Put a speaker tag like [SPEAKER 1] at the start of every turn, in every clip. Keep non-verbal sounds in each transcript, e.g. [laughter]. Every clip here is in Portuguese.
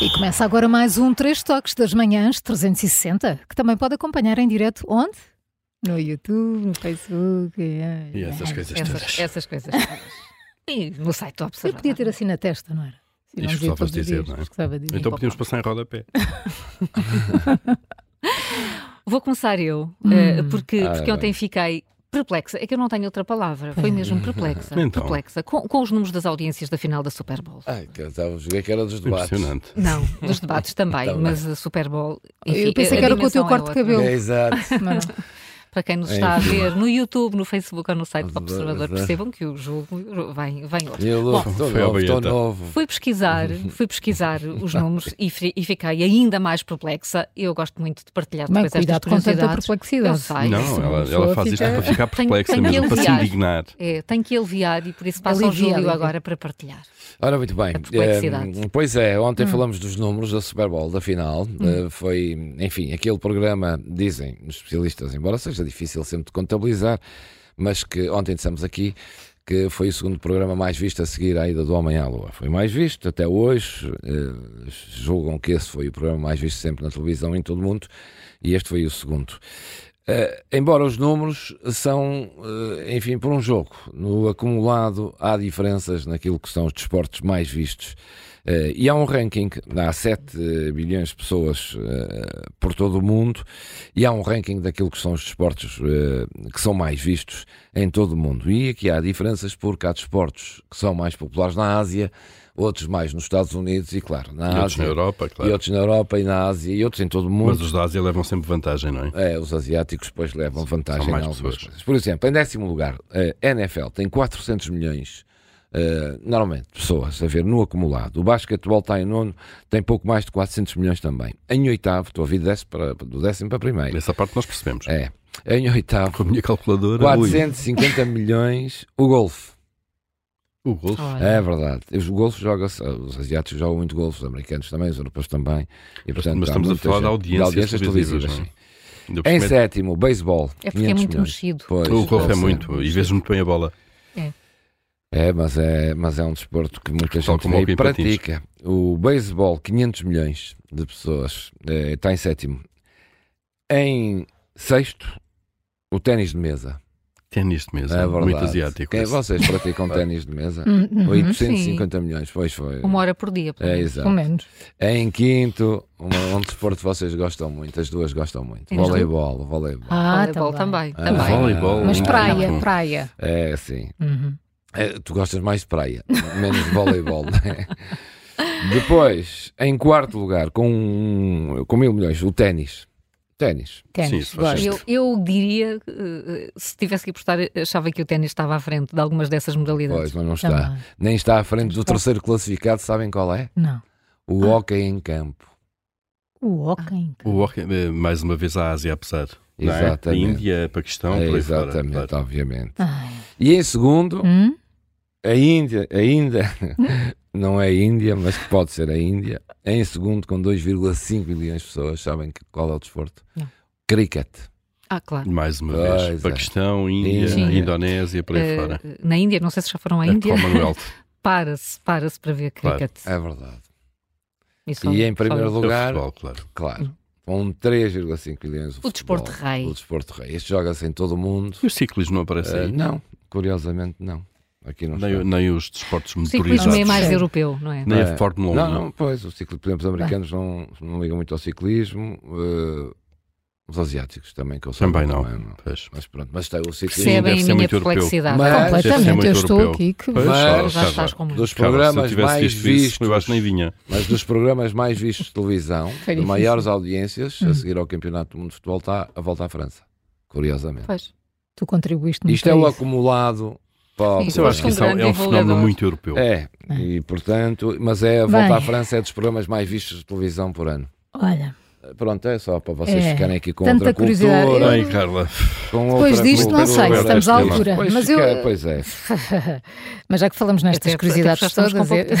[SPEAKER 1] E começa agora mais um Três Toques das Manhãs 360, que também pode acompanhar em direto onde? No YouTube, no Facebook.
[SPEAKER 2] E é essas coisas todas.
[SPEAKER 3] Essas, essas coisas
[SPEAKER 1] [laughs]
[SPEAKER 3] todas. E no site do
[SPEAKER 1] Eu
[SPEAKER 3] Observador.
[SPEAKER 1] podia ter assim na testa, não era? Se não
[SPEAKER 2] Isto
[SPEAKER 1] dizia
[SPEAKER 2] gostavas
[SPEAKER 1] todos os
[SPEAKER 2] de dizer,
[SPEAKER 1] dias,
[SPEAKER 2] não é?
[SPEAKER 1] gostava de dizer.
[SPEAKER 2] Então podíamos passar em rodapé.
[SPEAKER 3] Vou começar eu,
[SPEAKER 1] Hum.
[SPEAKER 3] eh, porque,
[SPEAKER 2] Ah,
[SPEAKER 3] porque
[SPEAKER 2] bem. Hum.
[SPEAKER 3] ontem fiquei perplexa. É que eu não tenho outra palavra. Foi mesmo perplexa.
[SPEAKER 2] Então. Ah.
[SPEAKER 3] Perplexa. Com, com os números das audiências da final da Super Bowl.
[SPEAKER 4] Ai, que eu estava a jogar que era dos debates.
[SPEAKER 2] Impressionante.
[SPEAKER 3] Não, dos
[SPEAKER 2] [laughs]
[SPEAKER 3] debates
[SPEAKER 2] Tá
[SPEAKER 3] também,
[SPEAKER 4] Então,
[SPEAKER 3] mas a Super Bowl.
[SPEAKER 1] Eu
[SPEAKER 3] enfim,
[SPEAKER 1] pensei
[SPEAKER 3] a-
[SPEAKER 1] que
[SPEAKER 3] a
[SPEAKER 1] era com o teu
[SPEAKER 3] dimensão é
[SPEAKER 1] corte de
[SPEAKER 3] outra.
[SPEAKER 1] cabelo.
[SPEAKER 4] É, exato.
[SPEAKER 1] Não, não.
[SPEAKER 3] Para quem
[SPEAKER 2] É
[SPEAKER 3] nos está a
[SPEAKER 4] Enfim.
[SPEAKER 3] ver no YouTube, no Facebook ou no site do
[SPEAKER 4] Observador,
[SPEAKER 3] Observador,
[SPEAKER 4] observador.
[SPEAKER 3] percebam que o jogo vem, vem outro.
[SPEAKER 4] Eu louco, estou
[SPEAKER 2] Foi a
[SPEAKER 4] novo, estou
[SPEAKER 2] baeta.
[SPEAKER 4] novo.
[SPEAKER 3] Fui
[SPEAKER 4] [laughs]
[SPEAKER 3] pesquisar, fui pesquisar os números e, fi- e fiquei ainda mais perplexa. Eu gosto muito de partilhar
[SPEAKER 1] Mãe,
[SPEAKER 3] depois estas
[SPEAKER 1] cuidado com tanta
[SPEAKER 3] curiosidades. Eu
[SPEAKER 1] perplexidade.
[SPEAKER 3] sei. Ai,
[SPEAKER 2] não,
[SPEAKER 1] isso
[SPEAKER 2] ela,
[SPEAKER 1] uma
[SPEAKER 2] ela
[SPEAKER 1] pessoa
[SPEAKER 2] faz isto é
[SPEAKER 1] fica-
[SPEAKER 2] para ficar
[SPEAKER 3] Tem-
[SPEAKER 2] perplexa
[SPEAKER 3] tem que
[SPEAKER 2] mesmo, para se
[SPEAKER 3] aliviar.
[SPEAKER 2] indignar.
[SPEAKER 3] É, tenho que aliviar e por isso passo ao
[SPEAKER 1] Alivia,
[SPEAKER 3] Júlio
[SPEAKER 1] alivia.
[SPEAKER 3] agora para partilhar.
[SPEAKER 4] Ora, muito bem.
[SPEAKER 3] A perplexidade.
[SPEAKER 4] Eh, pois é, ontem falamos dos números da Super Bowl, da final. Eh, foi, enfim, aquele programa, dizem os especialistas, embora seja difícil sempre de contabilizar, mas que ontem dissemos aqui que foi o segundo programa mais visto a seguir à ida do Homem à Lua. Foi mais visto até hoje. eh, julgam que esse foi o programa mais visto sempre na televisão em todo o mundo e este foi o segundo. Eh, embora os números são, eh, enfim, por um jogo, no acumulado há diferenças naquilo que são os desportos mais vistos. Eh, e há um ranking, há 7 eh, bilhões de pessoas eh, por todo o mundo, e há um ranking daquilo que são os desportos eh, que são mais vistos em todo o mundo. E aqui há diferenças porque há desportos que são mais populares na Ásia, outros mais nos Estados Unidos, e claro, na
[SPEAKER 2] E outros
[SPEAKER 4] Ásia.
[SPEAKER 2] na Europa,
[SPEAKER 4] Ah, E
[SPEAKER 2] claro.
[SPEAKER 4] outros na Europa e na Ásia, e outros em todo o mundo.
[SPEAKER 2] Mas os da Ásia levam sempre vantagem, não é?
[SPEAKER 4] É, os asiáticos depois levam vantagem
[SPEAKER 2] são
[SPEAKER 4] em
[SPEAKER 2] mais
[SPEAKER 4] algumas
[SPEAKER 2] pessoas.
[SPEAKER 4] coisas. Por exemplo, em décimo lugar, a NFL tem 400 milhões, eh, normalmente, de pessoas a ver no acumulado. O basquetebol está em nono, tem pouco mais de 400 milhões também. Em oitavo, estou a vir desce para, do décimo para primeiro.
[SPEAKER 2] Essa parte nós percebemos.
[SPEAKER 4] É. Em
[SPEAKER 2] Com a
[SPEAKER 4] oitavo,
[SPEAKER 2] minha calculadora, ui, [laughs]
[SPEAKER 4] 450 milhões, o golfe.
[SPEAKER 2] o golfe.
[SPEAKER 3] Olha,
[SPEAKER 4] É verdade. Os golfos joga-se, eh, os asiáticos jogam muito golfe, os americanos também, os europeus também. E, portanto,
[SPEAKER 2] mas
[SPEAKER 4] há
[SPEAKER 2] estamos a
[SPEAKER 4] muita
[SPEAKER 2] falar
[SPEAKER 4] gente-
[SPEAKER 2] de audiências televisivas,
[SPEAKER 4] sim.
[SPEAKER 2] Ainda por
[SPEAKER 4] Em
[SPEAKER 2] cima é-
[SPEAKER 4] sétimo, beisebol.
[SPEAKER 3] é porque é
[SPEAKER 4] 500
[SPEAKER 3] muito
[SPEAKER 4] milhões.
[SPEAKER 3] mexido.
[SPEAKER 4] Pois,
[SPEAKER 2] O golfe é
[SPEAKER 4] deve ser.
[SPEAKER 2] muito, e vês muito bem a bola.
[SPEAKER 4] É, mas é, mas é um desporto que muita
[SPEAKER 2] Tal
[SPEAKER 4] gente
[SPEAKER 2] como
[SPEAKER 4] vê
[SPEAKER 2] o
[SPEAKER 4] e
[SPEAKER 2] patins.
[SPEAKER 4] pratica. O beisebol, 500 milhões de pessoas, eh, está em sétimo. Em sexto, o ténis de mesa.
[SPEAKER 2] Ténis de
[SPEAKER 4] é
[SPEAKER 2] mesa,
[SPEAKER 4] verdade.
[SPEAKER 2] muito asiático.
[SPEAKER 4] Quem, é
[SPEAKER 2] esse. [laughs]
[SPEAKER 4] vocês praticam ténis de mesa?
[SPEAKER 1] Hum, hum,
[SPEAKER 4] 850 milhões, pois foi.
[SPEAKER 3] Uma hora por dia. pelo
[SPEAKER 4] É,
[SPEAKER 3] menos.
[SPEAKER 1] Pelo
[SPEAKER 4] exato.
[SPEAKER 1] menos.
[SPEAKER 4] Em quinto, uma- um desporto que vocês gostam muito, as duas gostam muito.
[SPEAKER 3] Tens tu?
[SPEAKER 4] Voleibol, voleibol.
[SPEAKER 1] Ah,
[SPEAKER 3] Voleibol então também.
[SPEAKER 4] Ah,
[SPEAKER 3] também.
[SPEAKER 2] voleibol.
[SPEAKER 1] Mas
[SPEAKER 2] Hum,
[SPEAKER 1] praia,
[SPEAKER 2] não.
[SPEAKER 1] praia.
[SPEAKER 4] É, sim.
[SPEAKER 1] Uhum.
[SPEAKER 4] É, tu gostas mais de praia, menos de voleibol, não
[SPEAKER 1] [laughs]
[SPEAKER 4] é? Depois, em quarto lugar, um, com, com mil milhões, o ténis. Ténis.
[SPEAKER 2] Sim,
[SPEAKER 1] Ténis,
[SPEAKER 2] isso faz
[SPEAKER 1] gosto.
[SPEAKER 3] Eu, eu diria, que, eh, se tivesse que apostar, achava que o ténis estava à frente de algumas dessas
[SPEAKER 4] Pois,
[SPEAKER 3] modalidades.
[SPEAKER 4] mas não está.
[SPEAKER 1] Também.
[SPEAKER 4] Nem está à frente do terceiro classificado, sabem qual é?
[SPEAKER 1] Tá. Não. Ah.
[SPEAKER 4] O hóquei em campo.
[SPEAKER 1] O Ocken.
[SPEAKER 2] O hockey, eh, mais uma vez a Ásia, apesar. não é?
[SPEAKER 4] Exatamente.
[SPEAKER 2] Índia, Paquistão,
[SPEAKER 4] É,
[SPEAKER 2] por aí fora,
[SPEAKER 4] exatamente,
[SPEAKER 2] claro.
[SPEAKER 4] obviamente.
[SPEAKER 1] Ai.
[SPEAKER 4] E em segundo,
[SPEAKER 1] Hum?
[SPEAKER 4] a Índia, a Índia, [laughs] não é a Índia, mas que pode ser a Índia. Em segundo, com 2,5 milhões de pessoas, sabem que- qual é o desporto?
[SPEAKER 3] Não.
[SPEAKER 4] Cricket.
[SPEAKER 3] Ah, claro.
[SPEAKER 2] Mais uma
[SPEAKER 4] Pois
[SPEAKER 2] vez.
[SPEAKER 4] é.
[SPEAKER 2] Paquistão, Índia,
[SPEAKER 4] Sim.
[SPEAKER 2] Indonésia, por aí
[SPEAKER 3] Eh,
[SPEAKER 2] fora.
[SPEAKER 3] na Índia, não sei se já
[SPEAKER 1] É
[SPEAKER 3] foram à
[SPEAKER 2] A
[SPEAKER 3] Índia,
[SPEAKER 4] [laughs]
[SPEAKER 2] Commonwealth.
[SPEAKER 3] para-se, para-se para ver
[SPEAKER 2] Claro.
[SPEAKER 3] cricket.
[SPEAKER 4] É verdade.
[SPEAKER 3] Isso
[SPEAKER 4] E
[SPEAKER 3] é-
[SPEAKER 4] em primeiro
[SPEAKER 3] só-
[SPEAKER 2] É o
[SPEAKER 4] lugar,
[SPEAKER 2] futebol, claro.
[SPEAKER 4] Claro. Com 3,5 milhões de
[SPEAKER 3] O desporto rei.
[SPEAKER 4] O desporto rei. Este joga-se em todo o mundo.
[SPEAKER 2] E o ciclismo não aparece
[SPEAKER 4] Eh,
[SPEAKER 2] aí?
[SPEAKER 4] não, curiosamente não. Aqui não
[SPEAKER 2] Nem,
[SPEAKER 4] está.
[SPEAKER 2] nem os desportos
[SPEAKER 3] O ciclismo
[SPEAKER 2] motorizados.
[SPEAKER 3] é mais
[SPEAKER 1] Sim.
[SPEAKER 3] europeu, não é?
[SPEAKER 2] Nem a
[SPEAKER 4] É.
[SPEAKER 2] Fórmula 1.
[SPEAKER 4] Não, não, pois. O ciclo, por exemplo, os americanos não, não ligam muito ao ciclismo. eh, os asiáticos também, que eu sou.
[SPEAKER 2] Também não. Pois.
[SPEAKER 4] Mas pronto, mas está o ciclismo.
[SPEAKER 2] Sim, deve
[SPEAKER 3] Percebem
[SPEAKER 2] ser
[SPEAKER 3] a minha
[SPEAKER 2] muito europeu.
[SPEAKER 3] perplexidade.
[SPEAKER 4] Mas-
[SPEAKER 3] Claro.
[SPEAKER 2] Deve ser muito
[SPEAKER 1] Completamente, eu estou
[SPEAKER 2] europeu.
[SPEAKER 1] aqui que
[SPEAKER 2] Pois,
[SPEAKER 4] Mas-
[SPEAKER 3] Já
[SPEAKER 2] estava.
[SPEAKER 3] estás com muito.
[SPEAKER 4] Dos
[SPEAKER 2] Carla, se eu
[SPEAKER 4] programas
[SPEAKER 2] tivesse
[SPEAKER 4] mais
[SPEAKER 2] visto isso,
[SPEAKER 4] vistos.
[SPEAKER 2] eu acho que nem vinha.
[SPEAKER 4] Mas dos programas mais vistos de televisão,
[SPEAKER 1] Foi
[SPEAKER 4] de
[SPEAKER 1] difícil.
[SPEAKER 4] maiores audiências,
[SPEAKER 1] Hum.
[SPEAKER 4] a seguir ao Campeonato do Mundo de Futebol, está a volta à França. Curiosamente.
[SPEAKER 3] Pois.
[SPEAKER 1] tu contribuíste muito
[SPEAKER 4] Isto é
[SPEAKER 1] para isso.
[SPEAKER 4] o acumulado para o
[SPEAKER 3] Sim,
[SPEAKER 2] Mas eu acho que
[SPEAKER 3] um
[SPEAKER 2] isso é um-
[SPEAKER 3] grande
[SPEAKER 2] é um fenómeno
[SPEAKER 3] divulgador.
[SPEAKER 2] muito europeu.
[SPEAKER 4] É,
[SPEAKER 1] É.
[SPEAKER 4] e portanto, mas é a volta
[SPEAKER 1] Bem.
[SPEAKER 4] à França é dos programas mais vistos de televisão por ano.
[SPEAKER 1] Olha,
[SPEAKER 4] Pronto, é só para vocês
[SPEAKER 1] É,
[SPEAKER 4] ficarem aqui com
[SPEAKER 1] tanta
[SPEAKER 4] outra
[SPEAKER 1] curiosidade.
[SPEAKER 4] cultura.
[SPEAKER 1] Eu-
[SPEAKER 2] Bem, Carla.
[SPEAKER 4] com
[SPEAKER 1] Depois
[SPEAKER 4] outra
[SPEAKER 1] disto, não
[SPEAKER 4] cultura.
[SPEAKER 1] sei,
[SPEAKER 2] Roberto,
[SPEAKER 1] estamos à
[SPEAKER 2] este
[SPEAKER 1] altura.
[SPEAKER 4] Pois,
[SPEAKER 1] Mas eu.
[SPEAKER 4] fica- pois é.
[SPEAKER 1] Mas já que falamos nestas
[SPEAKER 3] Até- até
[SPEAKER 1] curiosidades
[SPEAKER 3] já estamos
[SPEAKER 1] todas.
[SPEAKER 3] com pouco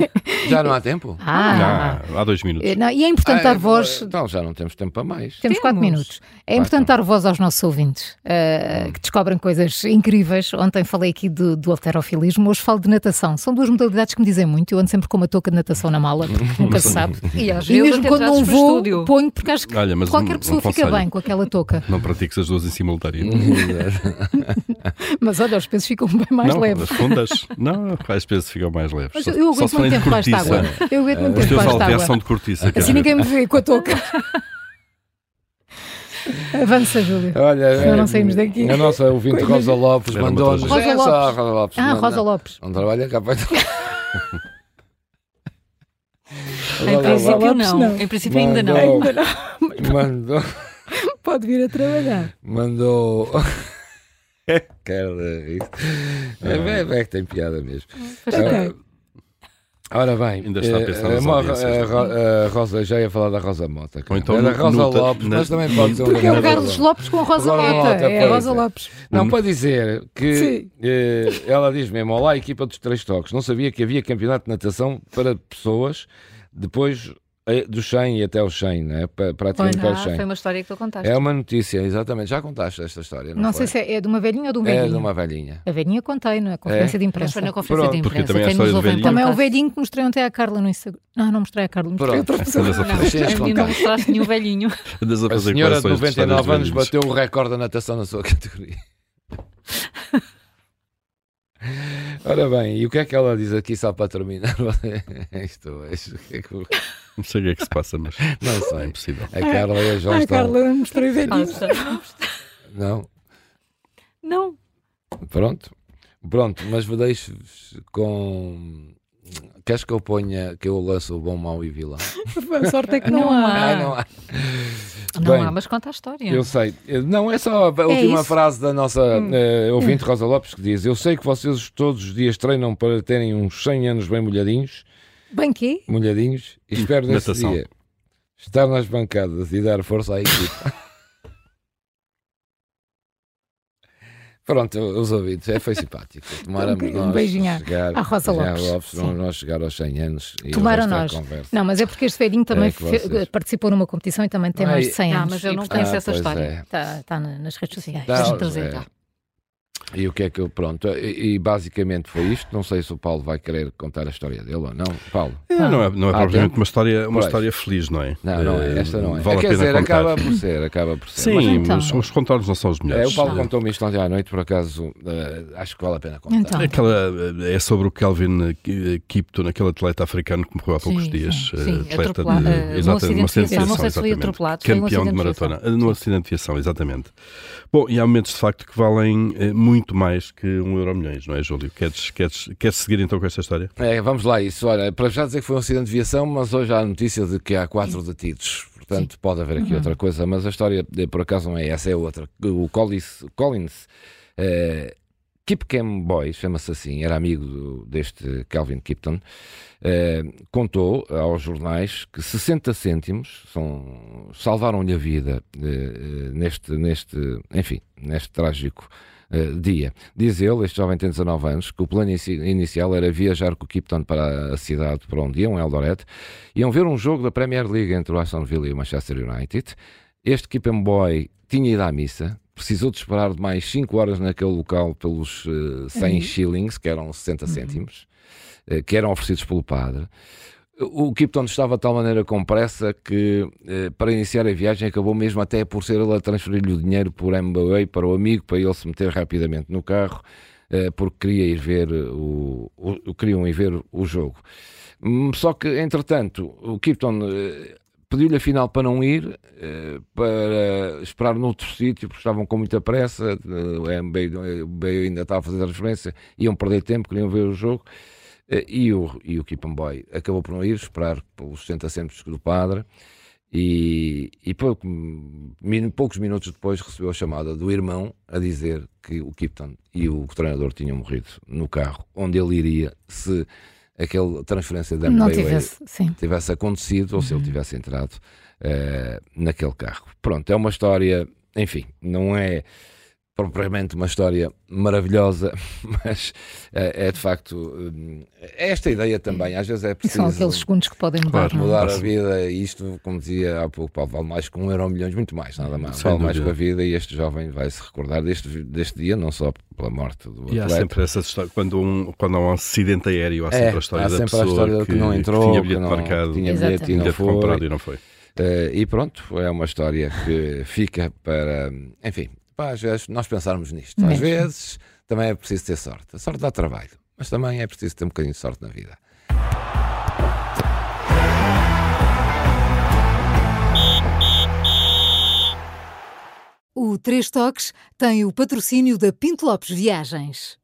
[SPEAKER 1] eu-
[SPEAKER 4] Já não
[SPEAKER 1] [laughs]
[SPEAKER 4] há tempo?
[SPEAKER 1] Ah,
[SPEAKER 2] Já, há dois minutos.
[SPEAKER 1] Eh, não, e é importante
[SPEAKER 4] Ah,
[SPEAKER 1] dar voz.
[SPEAKER 4] Então já não temos tempo para mais.
[SPEAKER 1] Temos quatro
[SPEAKER 3] Temos.
[SPEAKER 1] minutos. É importante dar voz aos nossos ouvintes eh, que descobrem coisas incríveis. Ontem falei aqui do, do alterofilismo, hoje falo de natação. São duas modalidades que me dizem muito. Eu ando sempre com uma touca de natação na
[SPEAKER 2] [laughs]
[SPEAKER 1] mala, porque nunca se sabe.
[SPEAKER 3] E às
[SPEAKER 1] E mesmo
[SPEAKER 3] vezes até
[SPEAKER 1] quando não
[SPEAKER 3] trazes para
[SPEAKER 1] vou,
[SPEAKER 3] estúdio.
[SPEAKER 1] ponho, porque acho que
[SPEAKER 2] Olha, mas
[SPEAKER 1] qualquer
[SPEAKER 2] um- um
[SPEAKER 1] pessoa fica
[SPEAKER 2] conselho.
[SPEAKER 1] bem com aquela touca.
[SPEAKER 2] Não pratiques as duas em simultâneo.
[SPEAKER 1] [laughs] Hum, Mas olha, os pesos ficam bem mais
[SPEAKER 2] não,
[SPEAKER 1] leves.
[SPEAKER 2] As fundas, não, às vezes ficam mais leves.
[SPEAKER 1] Mas
[SPEAKER 2] Só-
[SPEAKER 1] eu- eu
[SPEAKER 2] só
[SPEAKER 1] aguento
[SPEAKER 2] se forem
[SPEAKER 1] muito
[SPEAKER 2] de
[SPEAKER 1] tempo baixo de
[SPEAKER 2] cortiça. É,
[SPEAKER 1] água. Eu aguento muito tempo
[SPEAKER 2] Os
[SPEAKER 1] baixo
[SPEAKER 2] teus
[SPEAKER 1] de
[SPEAKER 2] alvéolos
[SPEAKER 1] água.
[SPEAKER 2] são de cortiça,
[SPEAKER 1] Assim
[SPEAKER 2] Carla.
[SPEAKER 1] ninguém me vê com a touca. [laughs] Avança, Júlio.
[SPEAKER 4] Olha,
[SPEAKER 1] Senão
[SPEAKER 4] eh,
[SPEAKER 1] não saímos daqui.
[SPEAKER 4] A nossa ouvinte Rosa Lopes
[SPEAKER 2] Era uma
[SPEAKER 4] mandou-nos.
[SPEAKER 2] Rosa
[SPEAKER 4] É
[SPEAKER 1] Lopes.
[SPEAKER 4] só a Rosa Lopes.
[SPEAKER 1] Ah,
[SPEAKER 4] manda-
[SPEAKER 1] Rosa Lopes.
[SPEAKER 4] Não trabalha cá para.
[SPEAKER 1] [laughs]
[SPEAKER 3] Em princípio,
[SPEAKER 1] Lopes, não.
[SPEAKER 3] não. Em princípio, ainda não.
[SPEAKER 4] não. Mandou.
[SPEAKER 1] Pode vir a trabalhar.
[SPEAKER 4] Mandou. [laughs] Cara, isso. É, é, é que tem piada mesmo.
[SPEAKER 1] Ok.
[SPEAKER 4] Ora bem,
[SPEAKER 2] Ainda está a
[SPEAKER 4] eh,
[SPEAKER 2] pensar nas
[SPEAKER 4] eh, mo-
[SPEAKER 2] audiências,
[SPEAKER 4] eh,
[SPEAKER 2] não é?
[SPEAKER 4] Ro- eh, Rosa, já ia falar da Rosa Mota. cara.
[SPEAKER 2] então
[SPEAKER 4] Era
[SPEAKER 2] no-
[SPEAKER 4] Rosa
[SPEAKER 2] no-
[SPEAKER 4] Lopes,
[SPEAKER 2] na-
[SPEAKER 4] mas também pode ser um
[SPEAKER 1] Porque é o
[SPEAKER 4] grande
[SPEAKER 1] Carlos
[SPEAKER 4] Rosa.
[SPEAKER 1] Lopes com Rosa
[SPEAKER 4] Rosa
[SPEAKER 1] Mota.
[SPEAKER 4] Mota,
[SPEAKER 1] É
[SPEAKER 4] pois
[SPEAKER 1] Rosa
[SPEAKER 4] é.
[SPEAKER 1] Lopes.
[SPEAKER 4] Não, para dizer que
[SPEAKER 1] Sim.
[SPEAKER 4] eh, ela diz mesmo: Olá, equipa dos Três Toques. Não sabia que havia campeonato de natação para pessoas depois eh, do 100 e até o 100, né? Pa- praticamente até o
[SPEAKER 3] Ah,
[SPEAKER 4] 100.
[SPEAKER 3] foi uma história que tu contaste.
[SPEAKER 4] É uma notícia, exatamente. Já contaste esta história? Não,
[SPEAKER 1] Não
[SPEAKER 4] foi?
[SPEAKER 1] sei se é é de uma velhinha ou de um
[SPEAKER 4] é de
[SPEAKER 1] velhinho.
[SPEAKER 4] uma É. velhinha.
[SPEAKER 1] A velhinha contei na conferência de
[SPEAKER 3] Mas
[SPEAKER 1] imprensa.
[SPEAKER 3] foi na conferência
[SPEAKER 4] Pronto,
[SPEAKER 3] de
[SPEAKER 2] porque
[SPEAKER 3] imprensa.
[SPEAKER 2] também há
[SPEAKER 3] Quem
[SPEAKER 2] a história
[SPEAKER 3] nos
[SPEAKER 2] do
[SPEAKER 3] ouve em
[SPEAKER 2] velhinho.
[SPEAKER 1] Também é o
[SPEAKER 3] podcast-
[SPEAKER 1] velhinho que mostrei ontem à Carla no Instagram. Ah, não mostrei à Carla, mostrei a
[SPEAKER 4] Pronto.
[SPEAKER 1] outra pessoa.
[SPEAKER 2] Andas a
[SPEAKER 3] Não,
[SPEAKER 2] fazer-
[SPEAKER 4] Vocês
[SPEAKER 3] não
[SPEAKER 4] contaram.
[SPEAKER 3] mostraste nenhum velhinho.
[SPEAKER 2] andas
[SPEAKER 4] A
[SPEAKER 2] fazer
[SPEAKER 4] senhora de
[SPEAKER 2] coleções histórias
[SPEAKER 4] 99 anos
[SPEAKER 2] velhinhas.
[SPEAKER 4] bateu o recorde da natação na sua categoria. [laughs] Ora bem, e o que é que ela diz aqui só para terminar? [laughs] Isto hoje, o que é que eu-
[SPEAKER 2] Não sei o que é que se passa,
[SPEAKER 4] [laughs]
[SPEAKER 2] mas
[SPEAKER 4] não
[SPEAKER 2] é
[SPEAKER 4] sei.
[SPEAKER 2] impossível.
[SPEAKER 4] A Carla e a João
[SPEAKER 1] Ah,
[SPEAKER 4] estão.
[SPEAKER 1] Carla, eu mostrei velhinho.
[SPEAKER 3] Passa.
[SPEAKER 4] Não,
[SPEAKER 3] Não.
[SPEAKER 4] pronto. Pronto, mas vou deixo-vos com. Queres que eu ponha que eu lanço o bom, mau e vilão?
[SPEAKER 1] A sorte é que não,
[SPEAKER 3] Não
[SPEAKER 1] há.
[SPEAKER 3] há.
[SPEAKER 4] Ah, não há.
[SPEAKER 3] Não
[SPEAKER 4] Bem.
[SPEAKER 3] há, mas conta a história.
[SPEAKER 4] Eu sei. Não, é só a última
[SPEAKER 1] isso. Hum.
[SPEAKER 4] frase da nossa eh, ouvinte Rosa Lopes que diz: Eu sei que vocês todos os dias treinam para terem uns 100 anos bem molhadinhos,
[SPEAKER 1] Bem quê?
[SPEAKER 4] molhadinhos e espero nesse
[SPEAKER 2] Natação.
[SPEAKER 4] dia estar nas bancadas e dar força à equipe. [laughs] Pronto, os ouvidos, é, foi simpático. Tomáramos
[SPEAKER 1] Ok, um
[SPEAKER 4] nós
[SPEAKER 1] beijinho à-
[SPEAKER 4] chegar,
[SPEAKER 1] à Rosa
[SPEAKER 4] já,
[SPEAKER 1] Lopes, sim.
[SPEAKER 4] vamos nós chegar aos 100 anos e o
[SPEAKER 1] Tomaram
[SPEAKER 4] resto é
[SPEAKER 1] nós.
[SPEAKER 4] conversa.
[SPEAKER 1] Não, mas é porque este velhinho também
[SPEAKER 4] É que vocês- é-
[SPEAKER 1] fe- participou numa competição e também tem mais de 100
[SPEAKER 3] Ah,
[SPEAKER 1] anos.
[SPEAKER 3] mas eu não
[SPEAKER 1] E,
[SPEAKER 3] conheço
[SPEAKER 4] Ah,
[SPEAKER 3] essa
[SPEAKER 4] pois
[SPEAKER 3] história.
[SPEAKER 4] é.
[SPEAKER 1] Está tá na- nas redes sociais.
[SPEAKER 3] Tá.
[SPEAKER 4] Não,
[SPEAKER 3] Deixa-me trazer cá.
[SPEAKER 4] é. E o que é que eu. Pronto, e, e basicamente foi isto. Não sei se o Paulo vai querer contar a história dele ou não. Paulo,
[SPEAKER 2] É, não é, não é
[SPEAKER 4] Ah,
[SPEAKER 2] propriamente
[SPEAKER 4] tem?
[SPEAKER 2] uma história, uma
[SPEAKER 4] Pois.
[SPEAKER 2] história feliz, não é?
[SPEAKER 4] não, não
[SPEAKER 2] Eh,
[SPEAKER 4] é. Esta não é.
[SPEAKER 2] Vale a
[SPEAKER 4] Quer
[SPEAKER 2] pena
[SPEAKER 4] dizer,
[SPEAKER 2] contar.
[SPEAKER 4] acaba por ser, acaba por ser.
[SPEAKER 2] Sim,
[SPEAKER 1] Então.
[SPEAKER 2] mas os contornos não são os
[SPEAKER 4] Mas, é,
[SPEAKER 2] melhores. Eh,
[SPEAKER 4] o Paulo contou-me isto ontem à noite, por acaso, eh, acho que vale a pena contar.
[SPEAKER 1] Então.
[SPEAKER 2] É Aquela, eh, é sobre o Kelvin eh, Kipton, aquele atleta africano que morreu há poucos
[SPEAKER 3] Sim,
[SPEAKER 2] dias.
[SPEAKER 3] sim,
[SPEAKER 2] eh,
[SPEAKER 3] sim,
[SPEAKER 2] atleta
[SPEAKER 3] atropelado, eh, num
[SPEAKER 2] exatamente, uma
[SPEAKER 3] acidente de viação.
[SPEAKER 2] acidente de
[SPEAKER 3] Não sei se foi
[SPEAKER 2] exatamente.
[SPEAKER 3] atropelado, foi um
[SPEAKER 2] Campeão de
[SPEAKER 3] acidente de
[SPEAKER 2] maratona. Eh, Num acidente de viação, exatamente. Bom, e há momentos de facto que valem eh, muito mais que um euro milhões, não é, Júlio? Queres, queres, queres seguir então com esta história?
[SPEAKER 4] É, vamos lá, isso. Olha, para já dizer que foi um acidente de viação, mas hoje há a notícia de que há quatro detidos. Portanto, pode haver aqui outra coisa, mas a história, eh, por acaso, não é essa, é outra. O Collins, Collins eh, Kipkem Boy, chama-se assim, era amigo do- deste Calvin Kipton, eh, contou aos jornais que 60 cêntimos são- salvaram-lhe a vida eh, eh, neste, neste, enfim, neste trágico eh, dia. Diz ele, este jovem tem 19 anos, que o plano inici- inicial era viajar com o Kipton para a cidade para um dia, um Eldoret, iam ver um jogo da Premier League entre o Aston Villa e o Manchester United. Este Kipton Boy tinha ido à missa, precisou de esperar de mais 5 horas naquele local pelos eh, 100 shillings, que eram 60 cêntimos, eh, que eram oferecidos pelo padre. O Kipton estava de tal maneira com pressa que, eh, para iniciar a viagem, acabou mesmo até por ser ele a transferir-lhe o dinheiro por MBA para o amigo, para ele se meter rapidamente no carro, eh, porque queria ir ver eh, o, o- queriam ir ver o jogo. Hum, Só que, entretanto, o Kipton eh, pediu-lhe afinal para não ir, eh, para esperar noutro sítio, porque estavam com muita pressa, eh, o MBA, ainda estava a fazer a transferência, iam perder tempo, queriam ver o jogo. Eh, E o, e o Keep 'em Boy acabou por não ir, esperar pelos 60 centos do padre. E, e pouco- min- poucos minutos depois recebeu a chamada do irmão a dizer que o Kipton e o treinador tinham morrido no carro onde ele iria se aquela transferência da
[SPEAKER 1] Não
[SPEAKER 4] MBA
[SPEAKER 1] tivesse, sim. Uhum.
[SPEAKER 4] tivesse acontecido ou se ele tivesse entrado eh, naquele carro. Pronto, é uma história, enfim, não é propriamente uma história maravilhosa, [laughs] mas eh, é de facto hum, é esta ideia também. Às vezes é
[SPEAKER 1] E
[SPEAKER 4] preciso
[SPEAKER 1] são aqueles segundos que podem mudar.
[SPEAKER 2] Claro,
[SPEAKER 1] não é?
[SPEAKER 4] mudar a
[SPEAKER 2] Passa.
[SPEAKER 4] vida, e isto, como dizia há pouco, Paulo, vale mais que um euro milhões, muito mais, nada mais.
[SPEAKER 2] Sem
[SPEAKER 4] Vale mais
[SPEAKER 2] dúvida.
[SPEAKER 4] com a vida e este jovem vai se recordar deste, vi- deste dia, não só pela morte do
[SPEAKER 2] E há
[SPEAKER 4] atleta.
[SPEAKER 2] sempre tipo, é essa história, quando, um, quando há um acidente aéreo, há sempre
[SPEAKER 4] É,
[SPEAKER 2] a história
[SPEAKER 4] há
[SPEAKER 2] da
[SPEAKER 4] sempre a
[SPEAKER 2] pessoa
[SPEAKER 4] história do que não entrou,
[SPEAKER 2] tinha
[SPEAKER 4] que
[SPEAKER 2] bilhete
[SPEAKER 4] não-
[SPEAKER 2] marcado,
[SPEAKER 4] tinha bilhete e não
[SPEAKER 2] bilhete
[SPEAKER 4] foi.
[SPEAKER 2] comprado e não foi.
[SPEAKER 4] Eh, e pronto, é uma história que fica para. Enfim, pá, às vezes nós pensarmos nisto. Às
[SPEAKER 1] Mesmo.
[SPEAKER 4] vezes também é preciso ter sorte. A sorte dá trabalho, mas também é preciso ter um bocadinho de sorte na vida.
[SPEAKER 1] O Três Toques tem o patrocínio da Pinto Lopes Viagens.